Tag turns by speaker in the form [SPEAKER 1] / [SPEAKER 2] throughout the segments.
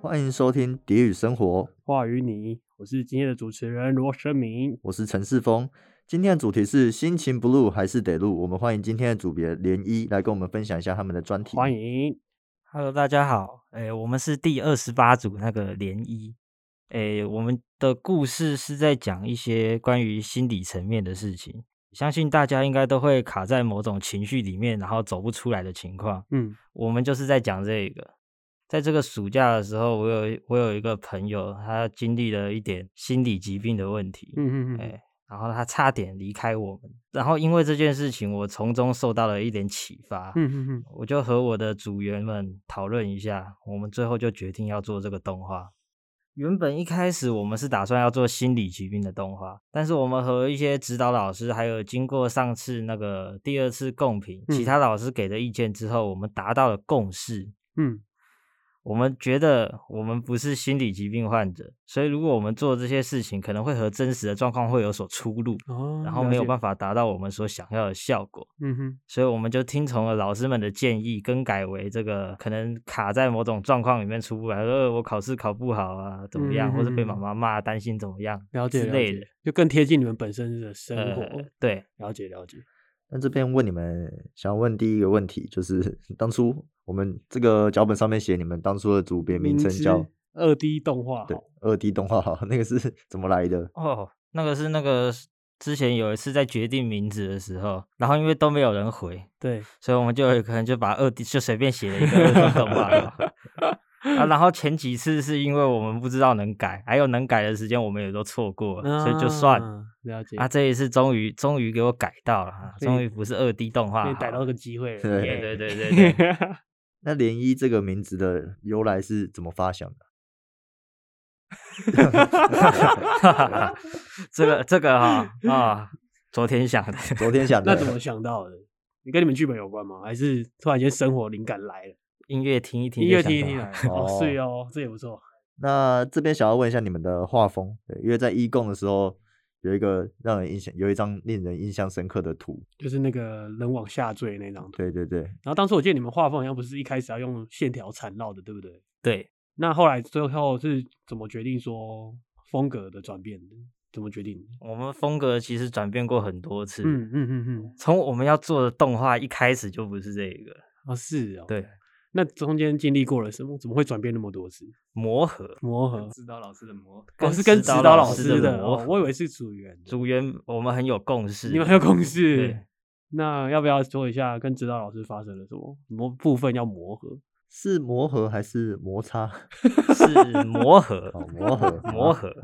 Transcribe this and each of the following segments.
[SPEAKER 1] 欢迎收听《蝶语生活》，
[SPEAKER 2] 话与你，我是今天的主持人罗生明。
[SPEAKER 1] 我是陈世峰。今天的主题是心情不录还是得录，我们欢迎今天的组别涟漪来跟我们分享一下他们的专题。
[SPEAKER 2] 欢迎，
[SPEAKER 3] Hello，大家好，诶、我们是第二十八组那个涟漪，诶、我们的故事是在讲一些关于心理层面的事情，相信大家应该都会卡在某种情绪里面，然后走不出来的情况。
[SPEAKER 2] 嗯，
[SPEAKER 3] 我们就是在讲这个。在这个暑假的时候，我有我有一个朋友，他经历了一点心理疾病的问题，
[SPEAKER 2] 嗯嗯
[SPEAKER 3] 哎、
[SPEAKER 2] 嗯，
[SPEAKER 3] 然后他差点离开我们，然后因为这件事情，我从中受到了一点启发，
[SPEAKER 2] 嗯嗯嗯，
[SPEAKER 3] 我就和我的组员们讨论一下，我们最后就决定要做这个动画。原本一开始我们是打算要做心理疾病的动画，但是我们和一些指导老师，还有经过上次那个第二次共评，
[SPEAKER 2] 嗯
[SPEAKER 3] 其他老师给的意见之后，我们达到了共识。
[SPEAKER 2] 嗯
[SPEAKER 3] 我们觉得我们不是心理疾病患者，所以如果我们做这些事情，可能会和真实的状况会有所出入，
[SPEAKER 2] 哦，
[SPEAKER 3] 然后没有办
[SPEAKER 2] 法，
[SPEAKER 3] 法达到我们所想要的效果。
[SPEAKER 2] 嗯哼，
[SPEAKER 3] 所以我们就听从了老师们的建议，更改为这个可能卡在某种状况里面出不来，呃，我考试考不好啊，怎么样，或者被妈
[SPEAKER 2] 嗯
[SPEAKER 3] 妈骂，担心怎么样
[SPEAKER 2] 了解
[SPEAKER 3] 之
[SPEAKER 2] 了
[SPEAKER 3] 类
[SPEAKER 2] 解
[SPEAKER 3] 的。，
[SPEAKER 2] 就更贴近你们本身的生活。
[SPEAKER 3] 呃，对，
[SPEAKER 2] 了解了解，
[SPEAKER 1] 那这边问你们，想问第一个问题，就是 当初我们这个脚本上面写你们当初的组别名称叫
[SPEAKER 2] 二 D 动画，哦
[SPEAKER 1] 对二 D 动画好，那个是怎么来的？
[SPEAKER 3] 哦，那个是那个之前有一次在决定名字的时候，然后因为都没有人回，
[SPEAKER 2] 对，
[SPEAKER 3] 所以我们就有可能就把二 D 就随便写了一个 二 D 动画稿。啊，然后前几次是因为我们不知道能改，还有能改的时间我们也都错过了，所以就算了。
[SPEAKER 2] 啊了解
[SPEAKER 3] 啊，，这一次终于终于给我改到了啊，
[SPEAKER 2] 所以
[SPEAKER 3] 终于不是二 D 动画
[SPEAKER 2] 被
[SPEAKER 3] 好
[SPEAKER 2] 逮到
[SPEAKER 3] 了。啊
[SPEAKER 2] 个机 会了，
[SPEAKER 1] 对
[SPEAKER 3] 对
[SPEAKER 2] 耶
[SPEAKER 3] 对对对对，
[SPEAKER 1] 那涟漪这个名字的由来是怎么发想 的？
[SPEAKER 3] 这个这个哈啊，昨天想的。
[SPEAKER 1] 昨天想
[SPEAKER 2] 那
[SPEAKER 1] 的，
[SPEAKER 2] 怎么想到的？你跟你们剧本有关吗？还是突然间生活灵感来了？
[SPEAKER 3] 音乐听一听
[SPEAKER 2] 音
[SPEAKER 3] 就
[SPEAKER 2] 乐
[SPEAKER 3] 想到了，
[SPEAKER 2] 听一听来了，哦，
[SPEAKER 1] 哦
[SPEAKER 2] 是哦，这也不错。
[SPEAKER 1] 那这边想要问一下你们的画风，对，因为在一共的时候有一个让人印象，有一张令人印象深刻的图，
[SPEAKER 2] 就是那个人往下坠那张图。
[SPEAKER 1] 对对对，
[SPEAKER 2] 然后当初我记得你们画风好像不是一开始要用线条缠绕的，对不对？
[SPEAKER 3] 对，
[SPEAKER 2] 那后来最后是怎么决定说风格的转变的？怎么决定的？
[SPEAKER 3] 我们风格其实转变过很多次。
[SPEAKER 2] 嗯嗯嗯嗯，
[SPEAKER 3] 从我们要做的动画一开始就不是这个，
[SPEAKER 2] 啊是哦。
[SPEAKER 3] 对，
[SPEAKER 2] 那中间经历过了什么？怎么会转变那么多次？
[SPEAKER 3] 磨合，
[SPEAKER 2] 磨合
[SPEAKER 4] 指导老师的魔，
[SPEAKER 2] 哦，是跟指
[SPEAKER 3] 指导
[SPEAKER 2] 导
[SPEAKER 3] 老
[SPEAKER 2] 老
[SPEAKER 3] 师
[SPEAKER 2] 师
[SPEAKER 3] 的
[SPEAKER 2] 的，
[SPEAKER 3] 磨
[SPEAKER 2] 哦我以
[SPEAKER 3] 合
[SPEAKER 2] 为是组员的。
[SPEAKER 3] 组员我们很有共识，
[SPEAKER 2] 你们还有共识
[SPEAKER 3] 对？
[SPEAKER 2] 那要不要说一下跟指导老师发生了什么？什么部分要磨合？
[SPEAKER 1] 是磨合还是摩擦？ 啊
[SPEAKER 3] 是磨合，
[SPEAKER 1] 哦，磨合，
[SPEAKER 3] 磨。合。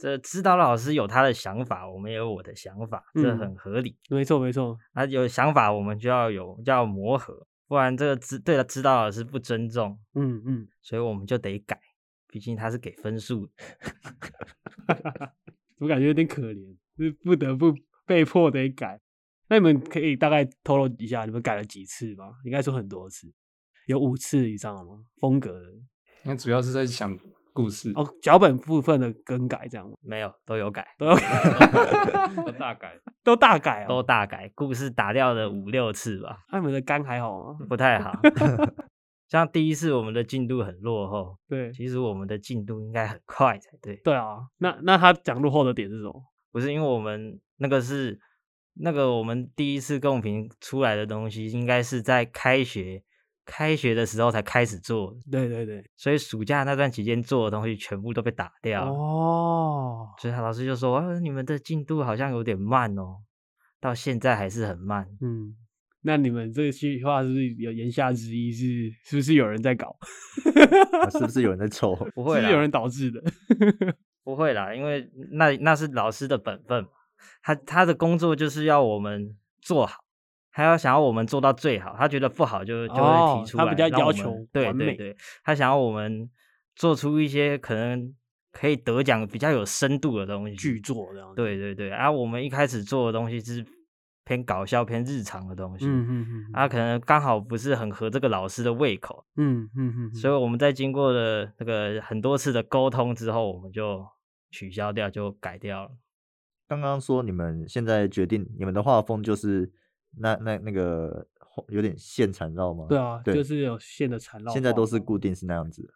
[SPEAKER 3] 这指导老师有他的想法，我们也有我的想法，这
[SPEAKER 2] 嗯
[SPEAKER 3] 很合理。
[SPEAKER 2] 没错没错，
[SPEAKER 3] 啊，有想法我们就要有就要磨合，不然这个指对了指导老师不尊重，
[SPEAKER 2] 嗯嗯，
[SPEAKER 3] 所以我们就得改。毕竟他是给分数的，
[SPEAKER 2] 我感觉有点可怜，就是不得不被迫得改。那你们可以大概透露一下，你们改了几次吗？应该说很多次，有五次以上了吗？风格的
[SPEAKER 4] 那主要是在想故事，
[SPEAKER 2] 哦，脚本部分的更改这样吗？
[SPEAKER 3] 没有都有改，
[SPEAKER 2] 都要
[SPEAKER 4] 都大概
[SPEAKER 2] 都大改
[SPEAKER 3] 都
[SPEAKER 2] 哦。
[SPEAKER 3] 大改，故事打掉了五六次吧，
[SPEAKER 2] 那、你们的肝还好吗？
[SPEAKER 3] 不太好。像第一次我们的进度很落后，
[SPEAKER 2] 对
[SPEAKER 3] 其实我们的进度应该很快才对，
[SPEAKER 2] 对啊，那那他讲落后的点是什么？
[SPEAKER 3] 不是因为我们那个是那个我们第一次共评出来的东西，应该是在开学开学的时候才开始做的，
[SPEAKER 2] 对对对，
[SPEAKER 3] 所以暑假那段期间做的东西全部都被打掉了。
[SPEAKER 2] 哦，
[SPEAKER 3] 所以他老师就说：“啊，你们的进度好像有点慢哦，到现在还是很慢。
[SPEAKER 2] 嗯，那你们这句话是不是有言下之意是是不是有人在搞？
[SPEAKER 1] 啊是不是有人在抽？
[SPEAKER 3] 不
[SPEAKER 2] 是
[SPEAKER 3] 会
[SPEAKER 2] 不
[SPEAKER 3] 啦，
[SPEAKER 2] 是有人导致的？
[SPEAKER 3] 不会啦，因为那那是老师的本分嘛，他他的工作就是要我们做好，还要想要我们做到最好。他觉得不好就就会
[SPEAKER 2] 哦
[SPEAKER 3] 提出来，
[SPEAKER 2] 他比较
[SPEAKER 3] 让
[SPEAKER 2] 要
[SPEAKER 3] 我们
[SPEAKER 2] 求
[SPEAKER 3] 对
[SPEAKER 2] 完
[SPEAKER 3] 对
[SPEAKER 2] 美
[SPEAKER 3] 对，他想要我们做出一些可能可以得奖、比较有深度的东西。
[SPEAKER 2] 剧作这样子？
[SPEAKER 3] 对对对，啊，我们一开始做的东西是偏搞笑、偏日常的东西。
[SPEAKER 2] 嗯，嗯嗯
[SPEAKER 3] 啊，可能刚好不是很合这个老师的胃口，
[SPEAKER 2] 嗯嗯嗯，
[SPEAKER 3] 所以我们在经过了那个很多次的沟通之后，我们就取消掉，就改掉了。
[SPEAKER 1] 刚刚说你们现在决定你们的画风就是那那那个有点线缠绕吗？
[SPEAKER 2] 对啊，
[SPEAKER 1] 对
[SPEAKER 2] 就是有线的缠绕。
[SPEAKER 1] 现在都是固定是那样子的。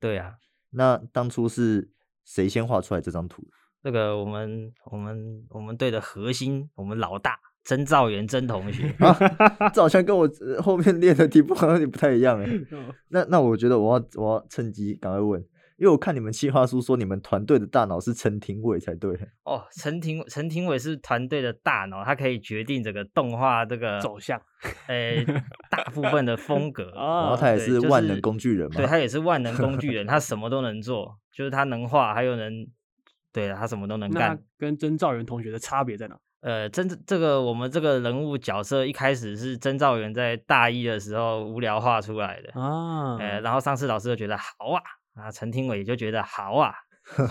[SPEAKER 3] 对啊，
[SPEAKER 1] 那当初是谁先画出来这张图？
[SPEAKER 3] 这个我们我们我们队的核心，我们老大曾兆元曾 同学，
[SPEAKER 1] 这好像跟我呃后面列的题目好像有点不太一样哎。
[SPEAKER 2] 哦
[SPEAKER 1] 那那我觉得我要我要趁机赶快问，因为我看你们企划书说你们团队的大脑是陈廷伟才
[SPEAKER 2] 啊
[SPEAKER 1] 对，
[SPEAKER 3] 哦，陈廷陈廷伟是团队的大脑，他可以决定整个动画这个
[SPEAKER 2] 走向
[SPEAKER 3] 呃大部分的风 格。
[SPEAKER 1] 然
[SPEAKER 2] 啊
[SPEAKER 1] 后他也
[SPEAKER 3] 对
[SPEAKER 1] 是
[SPEAKER 3] 就
[SPEAKER 1] 万能
[SPEAKER 3] 是
[SPEAKER 1] 工具人嘛。
[SPEAKER 3] 对他也是万能工具人，他什么都能做，就是他能画，还有能，对他什么都能
[SPEAKER 2] 那
[SPEAKER 3] 干。
[SPEAKER 2] 跟曾兆元同学的差别在哪？
[SPEAKER 3] 呃，真这个我们这个人物角色一开始是曾兆元在大一的时候无聊画出来的，
[SPEAKER 2] 啊
[SPEAKER 3] 呃，然后上次老师就觉得好啊，啊，陈廷伟就觉得好啊，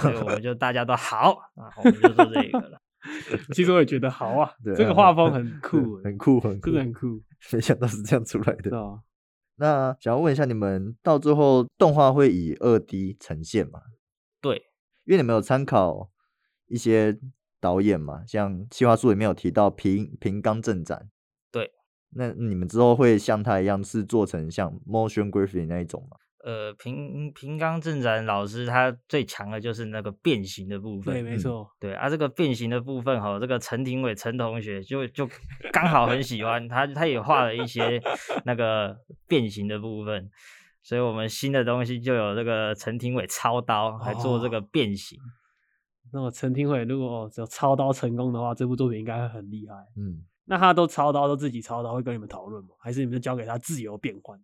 [SPEAKER 3] 所以我们就大家都好啊，我们就做这个了。
[SPEAKER 2] 其实我也觉得好啊，
[SPEAKER 1] 对
[SPEAKER 2] 这个
[SPEAKER 1] 啊
[SPEAKER 2] 画风很
[SPEAKER 1] 嗯
[SPEAKER 2] 酷欸，
[SPEAKER 1] 很酷，很酷
[SPEAKER 2] 真，的很酷，
[SPEAKER 1] 没想到是这样出来
[SPEAKER 2] 对
[SPEAKER 1] 的。
[SPEAKER 2] 啊。
[SPEAKER 1] 那想要问一下，你们到最后动画会以二 D 呈现吗？
[SPEAKER 3] 对，
[SPEAKER 1] 因为你们有参考一些导演嘛，像企划书里面有提到平平冈正展，
[SPEAKER 3] 对，
[SPEAKER 1] 那你们之后会像他一样是做成像 motion graphic 那一种吗？
[SPEAKER 3] 呃，平平冈正展老师他最强的就是那个变形的部分，
[SPEAKER 2] 对，没
[SPEAKER 1] 嗯
[SPEAKER 2] 错，
[SPEAKER 3] 对啊，这个变形的部分哈，这个陈廷伟陈同学就就刚好很喜欢他，他也画了一些那个变形的部分，所以我们新的东西就有这个陈廷伟操刀来做这个
[SPEAKER 2] 哦
[SPEAKER 3] 变形。
[SPEAKER 2] 那么陈廷伟如果哦只有操刀成功的话，这部作品应该会很厉害。
[SPEAKER 1] 嗯，
[SPEAKER 2] 那他都操刀，都自己操刀，会跟你们讨论吗？还是你们就交给他自由变换？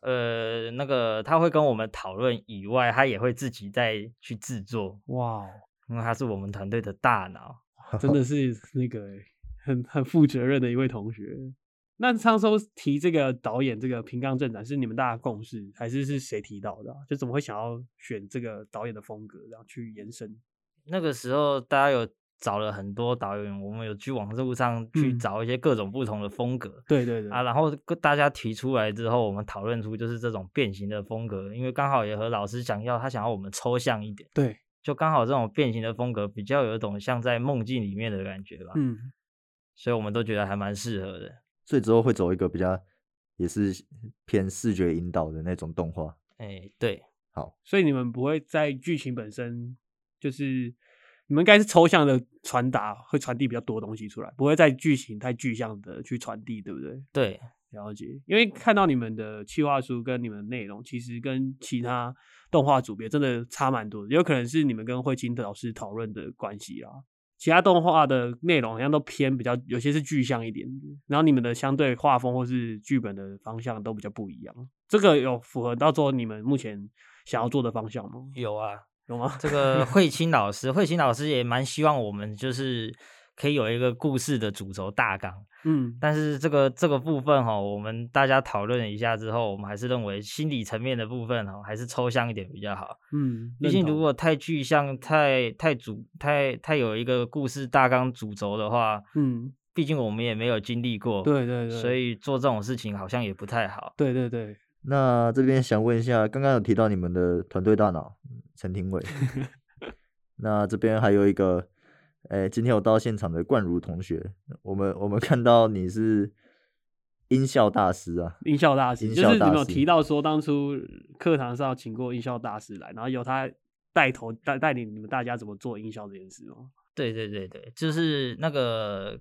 [SPEAKER 3] 呃，那个他会跟我们讨论以外，他也会自己再去制作，
[SPEAKER 2] 哇哦，
[SPEAKER 3] 因为他是我们团队的大脑。
[SPEAKER 2] 真的是那个欸很很负责任的一位同学。那上周提这个导演这个平冈正展是你们大家共识，还是是谁提到的啊、就怎么会想要选这个导演的风格，然后去延伸？
[SPEAKER 3] 那个时候大家有找了很多导演，我们有去网络上去
[SPEAKER 2] 嗯
[SPEAKER 3] 找一些各种不同的风格。
[SPEAKER 2] 对对对，
[SPEAKER 3] 啊，然后跟大家提出来之后，我们讨论出就是这种变形的风格，因为刚好也和老师想要，他想要我们抽象一点，
[SPEAKER 2] 对，
[SPEAKER 3] 就刚好这种变形的风格比较有一种像在梦境里面的感觉吧，
[SPEAKER 2] 嗯，
[SPEAKER 3] 所以我们都觉得还蛮适合的。
[SPEAKER 1] 所以之后会走一个比较也是偏视觉引导的那种动画。
[SPEAKER 3] 哎，对，
[SPEAKER 2] 所以你们不会在剧情本身，就是你们应该是抽象的传达，会传递比较多东西出来，不会在剧情太具象的去传递，对不对？
[SPEAKER 3] 对，
[SPEAKER 2] 了解，因为看到你们的企划书跟你们的内容，其实跟其他动画组别真的差蛮多的，有可能是你们跟慧清老师讨论的关系啊。其他动画的内容好像都偏比较，有些是具象一点的，然后你们的相对画风或是剧本的方向都比较不一样。这个有符合到做你们目前想要做的方向吗？
[SPEAKER 3] 有啊，
[SPEAKER 2] 有吗？
[SPEAKER 3] 这个慧清老师，慧清老师也蛮希望我们就是可以有一个故事的主轴大纲，
[SPEAKER 2] 嗯，
[SPEAKER 3] 但是这个这个部分哈、我们大家讨论一下之后，我们还是认为心理层面的部分哈、还是抽象一点比较好。
[SPEAKER 2] 嗯，
[SPEAKER 3] 毕
[SPEAKER 2] 认
[SPEAKER 3] 竟
[SPEAKER 2] 同
[SPEAKER 3] 如果太具象、太太主、太太有一个故事大纲主轴的话，
[SPEAKER 2] 嗯，
[SPEAKER 3] 毕竟我们也没有经历过，
[SPEAKER 2] 对对对，
[SPEAKER 3] 所以做这种事情好像也不太好。
[SPEAKER 2] 对对对，
[SPEAKER 1] 那这边想问一下，刚刚有提到你们的团队大脑嗯陈廷 伟，那这边还有一个，哎、今天有到现场的冠如同学，我们我们看到你是音效大师啊，
[SPEAKER 2] 音效大师，
[SPEAKER 1] 音
[SPEAKER 2] 就
[SPEAKER 1] 效
[SPEAKER 2] 是你
[SPEAKER 1] 大
[SPEAKER 2] 们有
[SPEAKER 1] 师
[SPEAKER 2] 提到说，当初课堂上请过音效大师来，然后由他带头带带领你们大家怎么做音效这件事吗？
[SPEAKER 3] 对对对对，就是那个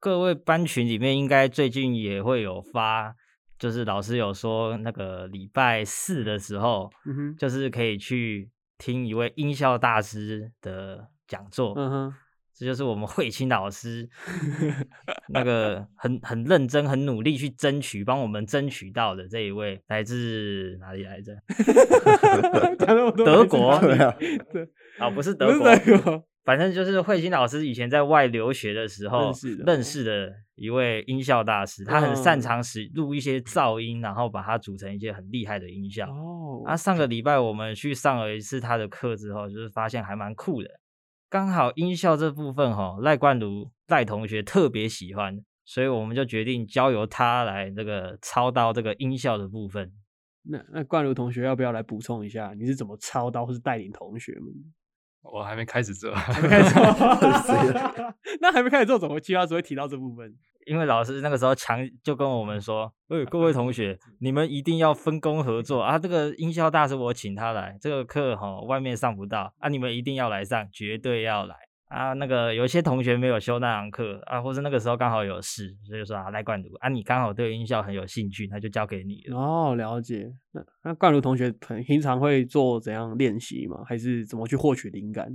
[SPEAKER 3] 各位班群里面应该最近也会有发，就是老师有说那个礼拜四的时候，
[SPEAKER 2] 嗯哼，
[SPEAKER 3] 就是可以去听一位音效大师的讲座，
[SPEAKER 2] 嗯哼，
[SPEAKER 3] 这就是我们慧清老师那个很很认真、很努力去争取、帮我们争取到的这一位，来自哪里来着？
[SPEAKER 2] 讲那么多
[SPEAKER 3] 德
[SPEAKER 2] 还是哪
[SPEAKER 3] 国
[SPEAKER 2] 里
[SPEAKER 1] 对啊
[SPEAKER 2] 对，
[SPEAKER 3] 啊、不是
[SPEAKER 2] 不
[SPEAKER 3] 德
[SPEAKER 2] 是
[SPEAKER 3] 国，
[SPEAKER 2] 德国，
[SPEAKER 3] 反正就是慧清老师以前在外留学的时候
[SPEAKER 2] 识的
[SPEAKER 3] 认识的一位音效大师，他很擅
[SPEAKER 2] 嗯
[SPEAKER 3] 长使录一些噪音，然后把它组成一些很厉害的音效。
[SPEAKER 2] 哦，
[SPEAKER 3] 啊，上个礼拜我们去上了一次他的课之后，就是发现还蛮酷的。刚好音效这部分哈、赖冠如赖同学特别喜欢，所以我们就决定交由他来这个操刀这个音效的部分。
[SPEAKER 2] 那那冠如同学要不要来补充一下，你是怎么操刀或是带领同学们的？
[SPEAKER 4] 我还没开始做，
[SPEAKER 2] 还没开始做，那还没开始做，怎么计划只会提到这部分？
[SPEAKER 3] 因为老师那个时候强就跟我们说，呃，各位同学，你们一定要分工合作啊！这个音效大师我请他来，这个课哈外面上不到啊，你们一定要来上，绝对要来啊！那个有一些同学没有修那堂课啊，或是那个时候刚好有事，所以就说啊来灌读啊，你刚好对音效很有兴趣，那就交给你了。
[SPEAKER 2] 哦，了解。那那冠如同学平平常会做怎样练习吗？还是怎么去获取灵感？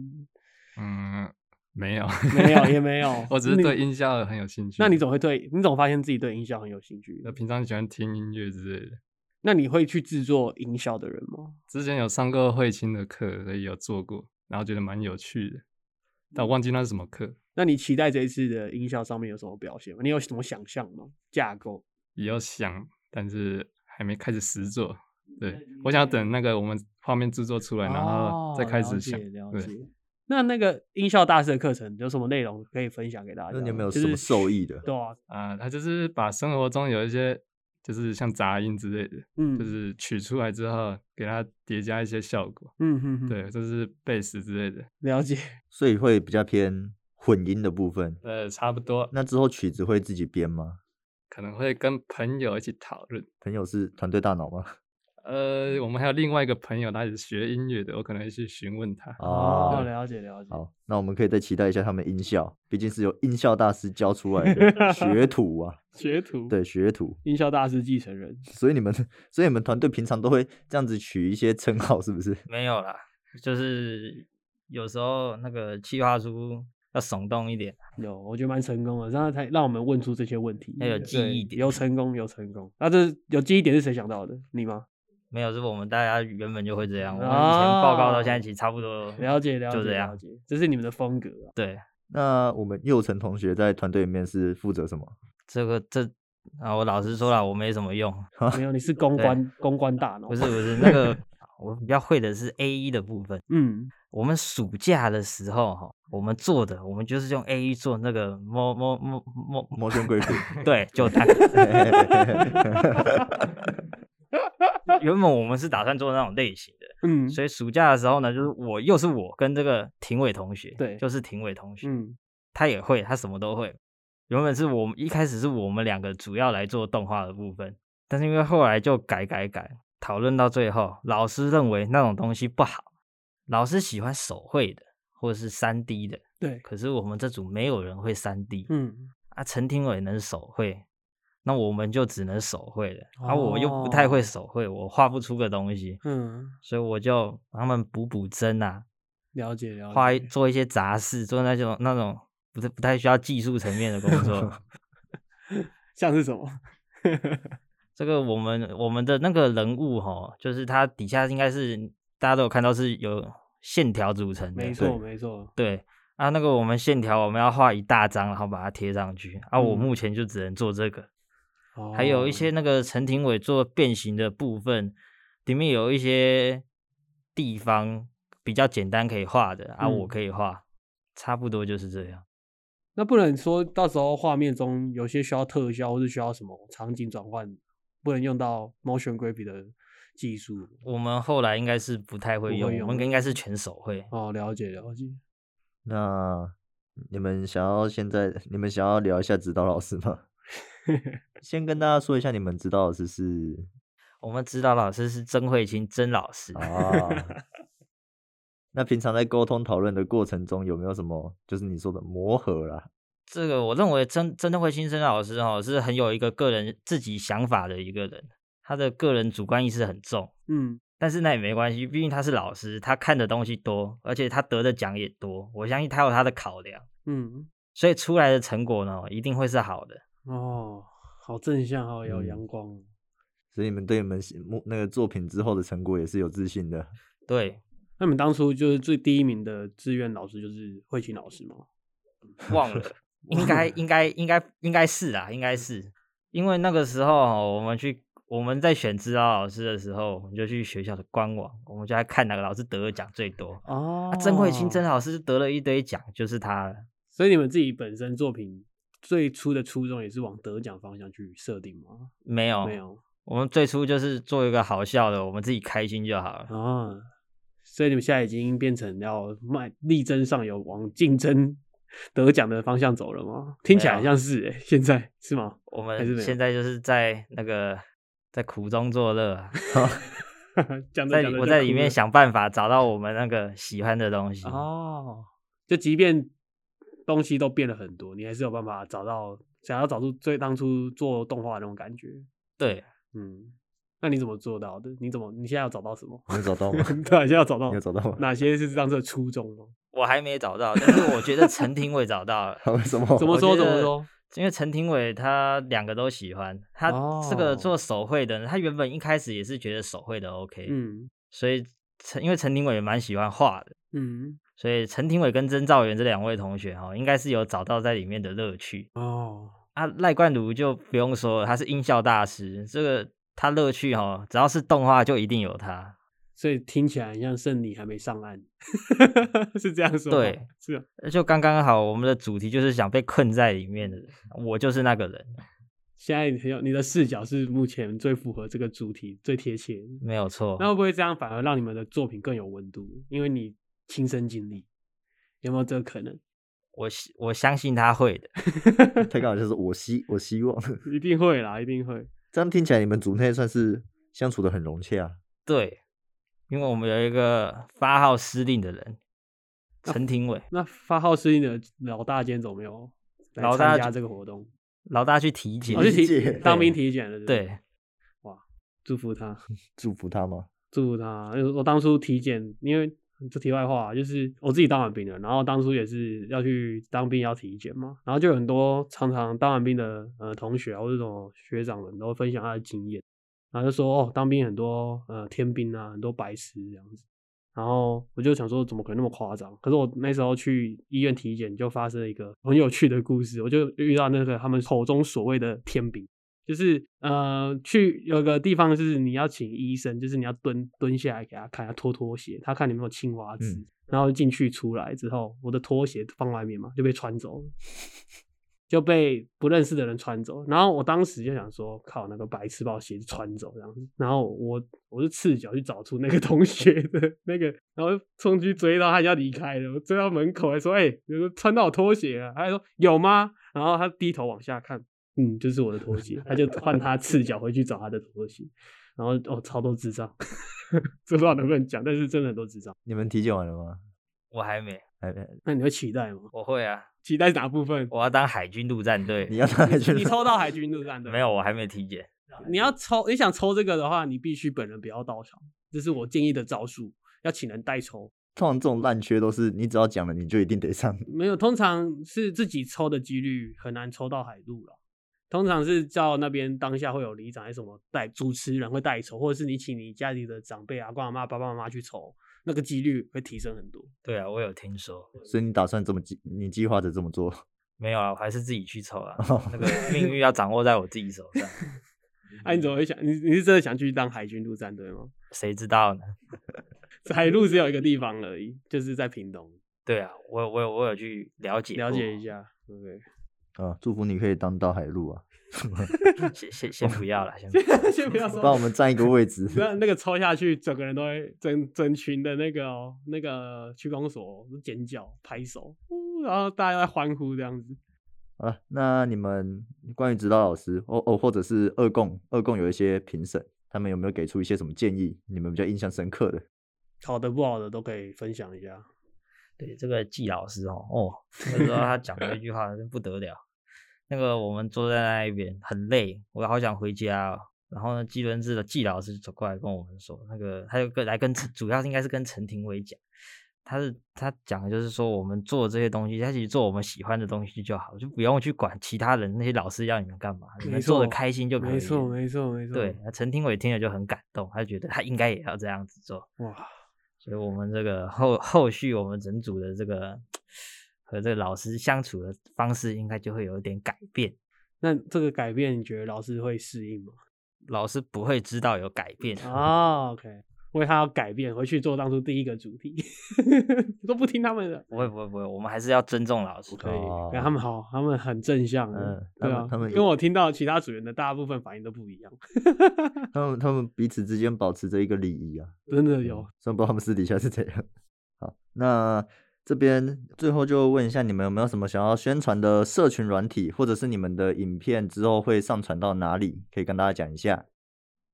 [SPEAKER 4] 嗯，没有，。
[SPEAKER 2] 没有，也没有
[SPEAKER 4] 我只是
[SPEAKER 2] 你
[SPEAKER 4] 对音效很有兴趣。
[SPEAKER 2] 那你总会对，你总发现自己对音效很有兴趣
[SPEAKER 1] 呃
[SPEAKER 4] 我。平常喜欢听音乐之类的。
[SPEAKER 2] 那你会去制作音效的人吗？
[SPEAKER 4] 之前有上过慧清的课，所以有做过，然后觉得蛮有趣的，但我忘记那是什么课，
[SPEAKER 2] 那你期待这一次的音效上面有什么表现吗？你有什么想象吗？架构？
[SPEAKER 4] 也有想，但是还没开始实做。对，我想要等那个我们画面制作出来，然后再
[SPEAKER 2] 哦
[SPEAKER 4] 开
[SPEAKER 2] 了
[SPEAKER 4] 始想
[SPEAKER 2] 解。了
[SPEAKER 4] 对，
[SPEAKER 2] 解。那那个音效大师的课程有什么内容可以分享给大家吗？
[SPEAKER 1] 那你有没有
[SPEAKER 2] 就
[SPEAKER 1] 什么
[SPEAKER 2] 是
[SPEAKER 1] 受益的？
[SPEAKER 2] 对啊，
[SPEAKER 4] 啊，他就是把生活中有一些就是像杂音之类的，
[SPEAKER 2] 嗯，
[SPEAKER 4] 就是取出来之后，给它叠加一些效果。
[SPEAKER 2] 嗯哼哼，
[SPEAKER 4] 对，就是贝斯之类的，
[SPEAKER 2] 了解。
[SPEAKER 1] 所以会比较偏混音的部分。
[SPEAKER 4] 呃，差不多。
[SPEAKER 1] 那之后曲子会自己编吗？
[SPEAKER 4] 可能会跟朋友一起讨论。
[SPEAKER 1] 朋友是团队大脑吗？
[SPEAKER 2] 嗯
[SPEAKER 4] 呃，我们还有另外一个朋友，他也是学音乐的，我可能会去询问他。
[SPEAKER 2] 哦，
[SPEAKER 1] 哦，
[SPEAKER 2] 了解了解。
[SPEAKER 1] 好，那我们可以再期待一下他们音效，毕竟是由音效大师教出来的学徒啊，
[SPEAKER 2] 学徒，
[SPEAKER 1] 对，学徒。
[SPEAKER 2] 音效大师继承人，
[SPEAKER 1] 所以你们， 所以你们团队平常都会这样子取一些称号，是不是？
[SPEAKER 3] 没有啦，就是有时候那个企划书要耸动一点，
[SPEAKER 2] 有，我觉得蛮成功的，然后才让我们问出这些问题，
[SPEAKER 3] 嗯要有记忆
[SPEAKER 2] 对
[SPEAKER 3] 点
[SPEAKER 2] 有成功，有成功。那、这有记忆点是谁想到的？你吗？
[SPEAKER 3] 没有是我们大家原本就会这样，我们以前报告到现在其实差不多。
[SPEAKER 2] 了解，了解，
[SPEAKER 3] 嗯就这
[SPEAKER 2] 了
[SPEAKER 3] 样。
[SPEAKER 2] 解，这是你们的风格啊。
[SPEAKER 3] 对，
[SPEAKER 1] 那我们佑成同学在团队里面是负责什么？
[SPEAKER 3] 这个这啊，我老实说了，我没什么用，
[SPEAKER 2] 啊 没有，你是公关，公关大脑。
[SPEAKER 3] 不是，不是那 个我比较会的是 A E 一的部分。
[SPEAKER 2] 嗯，
[SPEAKER 3] 我们暑假的时候哈，我们做的我们就是用 A 一做那个摸摸摸摸，
[SPEAKER 1] 摩天贵妇。
[SPEAKER 3] 对，就单。原本我们是打算做那种类型的，
[SPEAKER 2] 嗯，
[SPEAKER 3] 所以暑假的时候呢，就是我又是我跟这个廷伟同学，
[SPEAKER 2] 对
[SPEAKER 3] 就是廷伟同学，
[SPEAKER 2] 嗯，
[SPEAKER 3] 他也会，他什么都会。原本是我们一开始是我们两个主要来做动画的部分，但是因为后来就改改改，讨论到最后，老师认为那种东西不好，老师喜欢手绘的或者是三 D 的，
[SPEAKER 2] 对，
[SPEAKER 3] 可是我们这组没有人会三 D，
[SPEAKER 2] 嗯，
[SPEAKER 3] 啊，陈廷伟能手绘，那我们就只能手绘了，啊，我又不太会
[SPEAKER 2] 哦
[SPEAKER 3] 手绘，我画不出个东西，
[SPEAKER 2] 嗯，
[SPEAKER 3] 所以我就帮他们补补针啊，
[SPEAKER 2] 了解了解。
[SPEAKER 3] 画一做一些杂事，做那种那种不是不太需要技术层面的工 作。
[SPEAKER 2] 像是什么？
[SPEAKER 3] 这个我们我们的那个人物哈，就是他底下应该是大家都有看到是有线条组成的，
[SPEAKER 2] 没错，没错。
[SPEAKER 3] 对。啊，那个我们线条我们要画一大张，然后把它贴上去。啊，我
[SPEAKER 2] 嗯
[SPEAKER 3] 目前就只能做这个。还有一些
[SPEAKER 2] 哦
[SPEAKER 3] 那个陈廷伟做变形的部分，里面有一些地方比较简单可以画的啊，我
[SPEAKER 2] 嗯
[SPEAKER 3] 可以画，差不多就是这样。
[SPEAKER 2] 那不能说到时候画面中有些需要特效，或是需要什么场景转换，不能用到 motion graphic 的技术。
[SPEAKER 3] 我们后来应该是不太
[SPEAKER 2] 不
[SPEAKER 3] 会
[SPEAKER 2] 会
[SPEAKER 3] 用，我
[SPEAKER 2] 用
[SPEAKER 3] 们
[SPEAKER 2] 了
[SPEAKER 3] 应该是全手绘。
[SPEAKER 2] 哦，了解了解。
[SPEAKER 1] 那你们想要现在，你们想要聊一下指导老师吗？先跟大家说一下，你们指导老师是
[SPEAKER 3] 我们指导老师是曾慧清曾老师，
[SPEAKER 1] 啊。那平常在沟通讨论的过程中，有没有什么就是你说的磨合啦？
[SPEAKER 3] 这个我认为曾曾慧清曾老师哦是很有一个个人自己想法的一个人，他的个人主观意识很重。
[SPEAKER 2] 嗯，
[SPEAKER 3] 但是那也没关系，毕竟他是老师，他看的东西多，而且他得的奖也多，我相信他有他的考量，
[SPEAKER 2] 嗯，
[SPEAKER 3] 所以出来的成果呢，一定会是好的。
[SPEAKER 2] 哦，好正向，好有
[SPEAKER 1] 嗯
[SPEAKER 2] 阳光哦。
[SPEAKER 1] 所以你们对你们写目那个作品之后的成果也是有自信的。
[SPEAKER 3] 对，
[SPEAKER 2] 那你们当初就是最第一名的志愿老师就是慧琴老师吗？
[SPEAKER 3] 忘了，应该应该应该应该是啊，应该是，因为那个时候哦我们去我们在选指导老师的时候，我们就去学校的官网，我们就在看哪个老师得的奖最多。
[SPEAKER 2] 哦
[SPEAKER 3] 啊，曾慧清曾，老师得了一堆奖，就是他了。
[SPEAKER 2] 所以你们自己本身作品最初的初衷也是往得奖方向去设定吗？
[SPEAKER 3] 没有，
[SPEAKER 2] 没，有
[SPEAKER 3] 我们最初就是做一个好笑的，我们自己开心就好了。
[SPEAKER 2] 啊，所以你们现在已经变成要卖力争上游，往竞争得奖的方向走了吗？听起来
[SPEAKER 3] 没
[SPEAKER 2] 好
[SPEAKER 3] 有
[SPEAKER 2] 像是哎、现在是吗？
[SPEAKER 3] 我
[SPEAKER 2] 还是没
[SPEAKER 3] 们
[SPEAKER 2] 有
[SPEAKER 3] 现在就是在那个在苦中 作乐啊，
[SPEAKER 2] 讲着
[SPEAKER 3] 在
[SPEAKER 2] 讲着
[SPEAKER 3] 我
[SPEAKER 2] 就
[SPEAKER 3] 在
[SPEAKER 2] 哭
[SPEAKER 3] 里面
[SPEAKER 2] 了
[SPEAKER 3] 想办法找到我们那个喜欢的东西。
[SPEAKER 2] 哦，就即便东西都变了很多，你还是有办法找到想要找出最当初做动画的那种感觉。
[SPEAKER 3] 对，
[SPEAKER 2] 嗯，那你怎么做到的？你怎么你现在要找到什么？
[SPEAKER 1] 你有找到吗？
[SPEAKER 2] 对啊，现在要找到
[SPEAKER 1] 你有找到吗？
[SPEAKER 2] 哪些是当初的初衷吗？
[SPEAKER 3] 我还没找到，但是我觉得陈廷伟找到了。
[SPEAKER 1] 为什么？
[SPEAKER 2] 怎么
[SPEAKER 3] 我
[SPEAKER 2] 说
[SPEAKER 3] 觉
[SPEAKER 2] 怎么
[SPEAKER 3] 得
[SPEAKER 2] 说？
[SPEAKER 3] 因为陈廷伟他两个都喜欢，他这
[SPEAKER 2] 哦
[SPEAKER 3] 个做手绘的，他原本一开始也是觉得手绘的 OK，、
[SPEAKER 2] 嗯
[SPEAKER 3] 所以陈因为陈廷伟也蛮喜欢画的，
[SPEAKER 2] 嗯
[SPEAKER 3] 所以陈廷伟跟曾兆元这两位同学哈、应该是有找到在里面的乐趣
[SPEAKER 2] 哦，
[SPEAKER 3] 啊。赖冠儒就不用说了，他是音效大师，这个他乐趣哈、只要是动画就一定有他。
[SPEAKER 2] 所以听起来很像圣女还没上岸， 是这样说吗？
[SPEAKER 3] 对，
[SPEAKER 2] 是啊，
[SPEAKER 3] 呃就刚刚好，我们的主题就是想被困在里面的人，我就是那个人，
[SPEAKER 2] 现在很有你的视角是目前最符合这个主题、最贴切的。
[SPEAKER 3] 没有错。
[SPEAKER 2] 那会不会这样反而让你们的作品更有温度？因为你亲身经历，有没有这个可能？
[SPEAKER 3] 我希我相信他会的，
[SPEAKER 1] 他刚好就是我希我希望，
[SPEAKER 2] 一定会啦，一定会。
[SPEAKER 1] 这样听起来你们组内算是相处的很融洽、啊。
[SPEAKER 3] 对，因为我们有一个发号施令的人，
[SPEAKER 2] 哦
[SPEAKER 3] 陈廷伟
[SPEAKER 2] 那发号施令的老大今天怎么没有来
[SPEAKER 3] 老大
[SPEAKER 2] 参加
[SPEAKER 3] 就
[SPEAKER 2] 这个活动？
[SPEAKER 3] 老大去体检
[SPEAKER 2] 我，哦去
[SPEAKER 1] 体
[SPEAKER 2] 体
[SPEAKER 1] 检
[SPEAKER 2] 当兵
[SPEAKER 3] 对
[SPEAKER 2] 体检了，是不是，
[SPEAKER 3] 对，
[SPEAKER 2] 祝福他。
[SPEAKER 1] 祝福他吗？
[SPEAKER 2] 祝福他。因为我当初体检，因为这题外话，啊就是我自己当完兵了，然后当初也是要去当兵要体检嘛，然后就有很多常常当完兵的呃同学啊或者这种学长们都分享他的经验，然后就说哦，当兵很多呃天兵啊，很多白痴这样子。然后我就想说，怎么可能那么夸张？可是我那时候去医院体检，就发生了一个很有趣的故事。我就遇到那个他们口中所谓的天兵，就是呃，去有个地方是你要请医生，就是你要蹲蹲下来给他看，要脱拖鞋，他看你有没有青蛙刺。
[SPEAKER 1] 嗯
[SPEAKER 2] 然后进去出来之后，我的拖鞋放外面嘛，就被穿走了，就被不认识的人穿走。然后我当时就想说，靠，那个白痴把我鞋子穿走这样子。然后我我就赤脚去找出那个同学的那个，然后冲去追到他要离开了，我追到门口还说，哎、有人穿到我拖鞋了、啊。他还说有吗？然后他低头往下看，嗯，就是我的拖鞋。他就换他赤脚回去找他的拖鞋。然后哦，超多智障， 这不知道能不能讲，但是真的很多智障。
[SPEAKER 1] 你们体检完了吗？
[SPEAKER 3] 我还没，
[SPEAKER 1] 还
[SPEAKER 2] 那你会期待吗？
[SPEAKER 3] 我会啊，
[SPEAKER 2] 期待哪部 分？
[SPEAKER 3] 我要当海军陆战队
[SPEAKER 1] 你。要他去
[SPEAKER 2] 你抽到海军陆战队
[SPEAKER 3] 没有，？我还没体检。
[SPEAKER 2] 你要抽，你想抽这个的话，你必须本人不要到场，这是我建议的招数，要请人代抽。
[SPEAKER 1] 通常这种烂缺都是你只要讲了你就一定得上，
[SPEAKER 2] 没有，通常是自己抽的几率很难抽到海陆了。通常是叫那边当下会有里长还是什么代主持人会代抽，或者是你请你家里的长辈阿公阿妈、爸爸妈妈去抽，那个几率会提升很多。
[SPEAKER 3] 对啊，我有听说。
[SPEAKER 1] 所以你打算这么计，你计划着这么做？
[SPEAKER 3] 没有啊，我还是自己去抽啊。
[SPEAKER 2] 哦
[SPEAKER 3] 那个命运要掌握在我自己手 上，
[SPEAKER 2] 哎、你怎么会想？你你是真的想去当海军陆战队吗？
[SPEAKER 3] 谁知道呢？
[SPEAKER 2] 海陆只有一个地方而已，就是在屏东，
[SPEAKER 3] 对啊，我有我有我有去了解
[SPEAKER 2] 了解
[SPEAKER 3] 过
[SPEAKER 2] 一，
[SPEAKER 1] 哦
[SPEAKER 2] 下，对不对？
[SPEAKER 1] 啊，祝福你可以当到海陆啊，
[SPEAKER 3] 先先先不要了，先不要
[SPEAKER 2] 先不要
[SPEAKER 1] 帮我
[SPEAKER 2] 说，
[SPEAKER 1] 们占一个位
[SPEAKER 2] 。
[SPEAKER 1] 置
[SPEAKER 2] 那那个抽下去，整个人都会整整群的那个、哦、那个区公所尖叫、拍手，呜然后大家在欢呼这样子。
[SPEAKER 1] 好了，那你们关于指导老师，哦哦，或者是二供，二供有一些评审，他们有没有给出一些什么建议？你们比较印象深刻的？
[SPEAKER 2] 好的、不好的都可以分享一下。
[SPEAKER 3] 对这个季老师哦，哦，那时候他讲了一句话真不得了。那个我们坐在那一边很累，我好想回家、哦。然后呢，季伦志的季老师走过来跟我们说，那个他就跟来跟陈主要是应该是跟陈廷伟讲，他是他讲的就是说我们做这些东西，他其实做我们喜欢的东西就好，就不用去管其他人那些老师要你们干嘛，你
[SPEAKER 2] 没
[SPEAKER 3] 们做的
[SPEAKER 2] 错
[SPEAKER 3] 开心就可以了。
[SPEAKER 2] 没错，没错，没错。
[SPEAKER 3] 对，，那陈廷伟听了就很感动，他就觉得他应该也要这样子做。
[SPEAKER 2] 哇，
[SPEAKER 3] 所以我们这个后后续我们整组的这个和这个老师相处的方式，应该就会有点改变。
[SPEAKER 2] 那这个改变，你觉得老师会适应吗？
[SPEAKER 3] 老师不会知道有改变，
[SPEAKER 2] 啊、o k 因为他要改变，回去做当初第一个主题， 都不听他们的。
[SPEAKER 3] 不会不会不会，我们还是要尊重老师。
[SPEAKER 2] 可以，
[SPEAKER 1] 哦
[SPEAKER 2] 他们好，他们很正向的，
[SPEAKER 1] 嗯
[SPEAKER 2] 对
[SPEAKER 1] 他
[SPEAKER 2] 啊
[SPEAKER 1] 们，他们
[SPEAKER 2] 因为我听到其他组员的大部分反应都不一样，
[SPEAKER 1] 他们他们彼此之间保持着一个礼仪啊，
[SPEAKER 2] 真的有
[SPEAKER 1] 虽然不知道他们私底下是怎样。好，那这边最后就问一下，你们有没有什么想要宣传的社群软体，或者是你们的影片之后会上传到哪里？可以跟大家讲一下。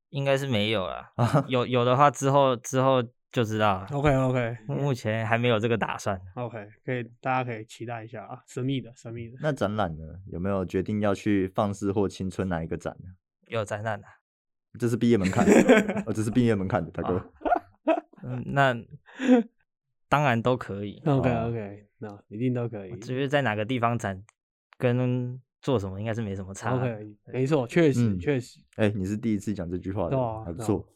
[SPEAKER 3] 应该是没有 啦。
[SPEAKER 1] 啊，
[SPEAKER 3] 有有的话之后之后就知道了。
[SPEAKER 2] OK OK
[SPEAKER 3] 目前还没有这个打算。
[SPEAKER 2] OK，可以，大家可以期待一下啊，神秘的神 秘的。
[SPEAKER 1] 那展览呢？有没有决定要去放肆或青春哪一个展呢？
[SPEAKER 3] 有灾难的、啊
[SPEAKER 1] 这是毕业门槛的，哦，这是毕业门槛的，大
[SPEAKER 2] 啊
[SPEAKER 1] 哥。
[SPEAKER 3] 嗯， 那当然都可以。
[SPEAKER 2] OK
[SPEAKER 1] 哦
[SPEAKER 2] OK，那一定都可以
[SPEAKER 3] 我。觉得在哪个地方展跟做什么应该是没什么差。
[SPEAKER 2] OK，没错，确实
[SPEAKER 1] 嗯
[SPEAKER 2] 确实，
[SPEAKER 1] 哎、你是第一次讲这句话的，
[SPEAKER 2] 对啊
[SPEAKER 1] 还不
[SPEAKER 2] 对啊
[SPEAKER 1] 错。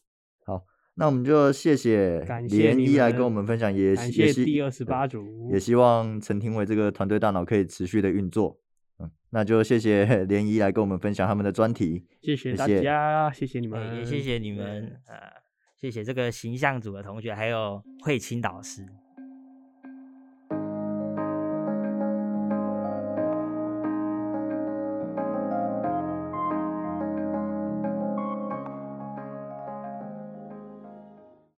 [SPEAKER 1] 好，那我们就谢谢
[SPEAKER 2] 感谢
[SPEAKER 1] 连
[SPEAKER 2] 你
[SPEAKER 1] 一来
[SPEAKER 2] 们
[SPEAKER 1] 跟我们分享，也
[SPEAKER 2] 感
[SPEAKER 1] 希也
[SPEAKER 2] 谢
[SPEAKER 1] 希
[SPEAKER 2] 呃第二十八
[SPEAKER 1] 对
[SPEAKER 2] 组
[SPEAKER 1] 也，希望陈廷伟这个团队大脑可以持续的运作。嗯，那就谢谢连一来跟我们分享他们的专题。
[SPEAKER 2] 谢谢
[SPEAKER 1] 谢
[SPEAKER 2] 大
[SPEAKER 1] 谢
[SPEAKER 2] 家，谢谢你
[SPEAKER 3] 哎
[SPEAKER 2] 们，啊
[SPEAKER 3] 也谢谢你们，呃，谢谢这个形象组的同学，还有慧清导师。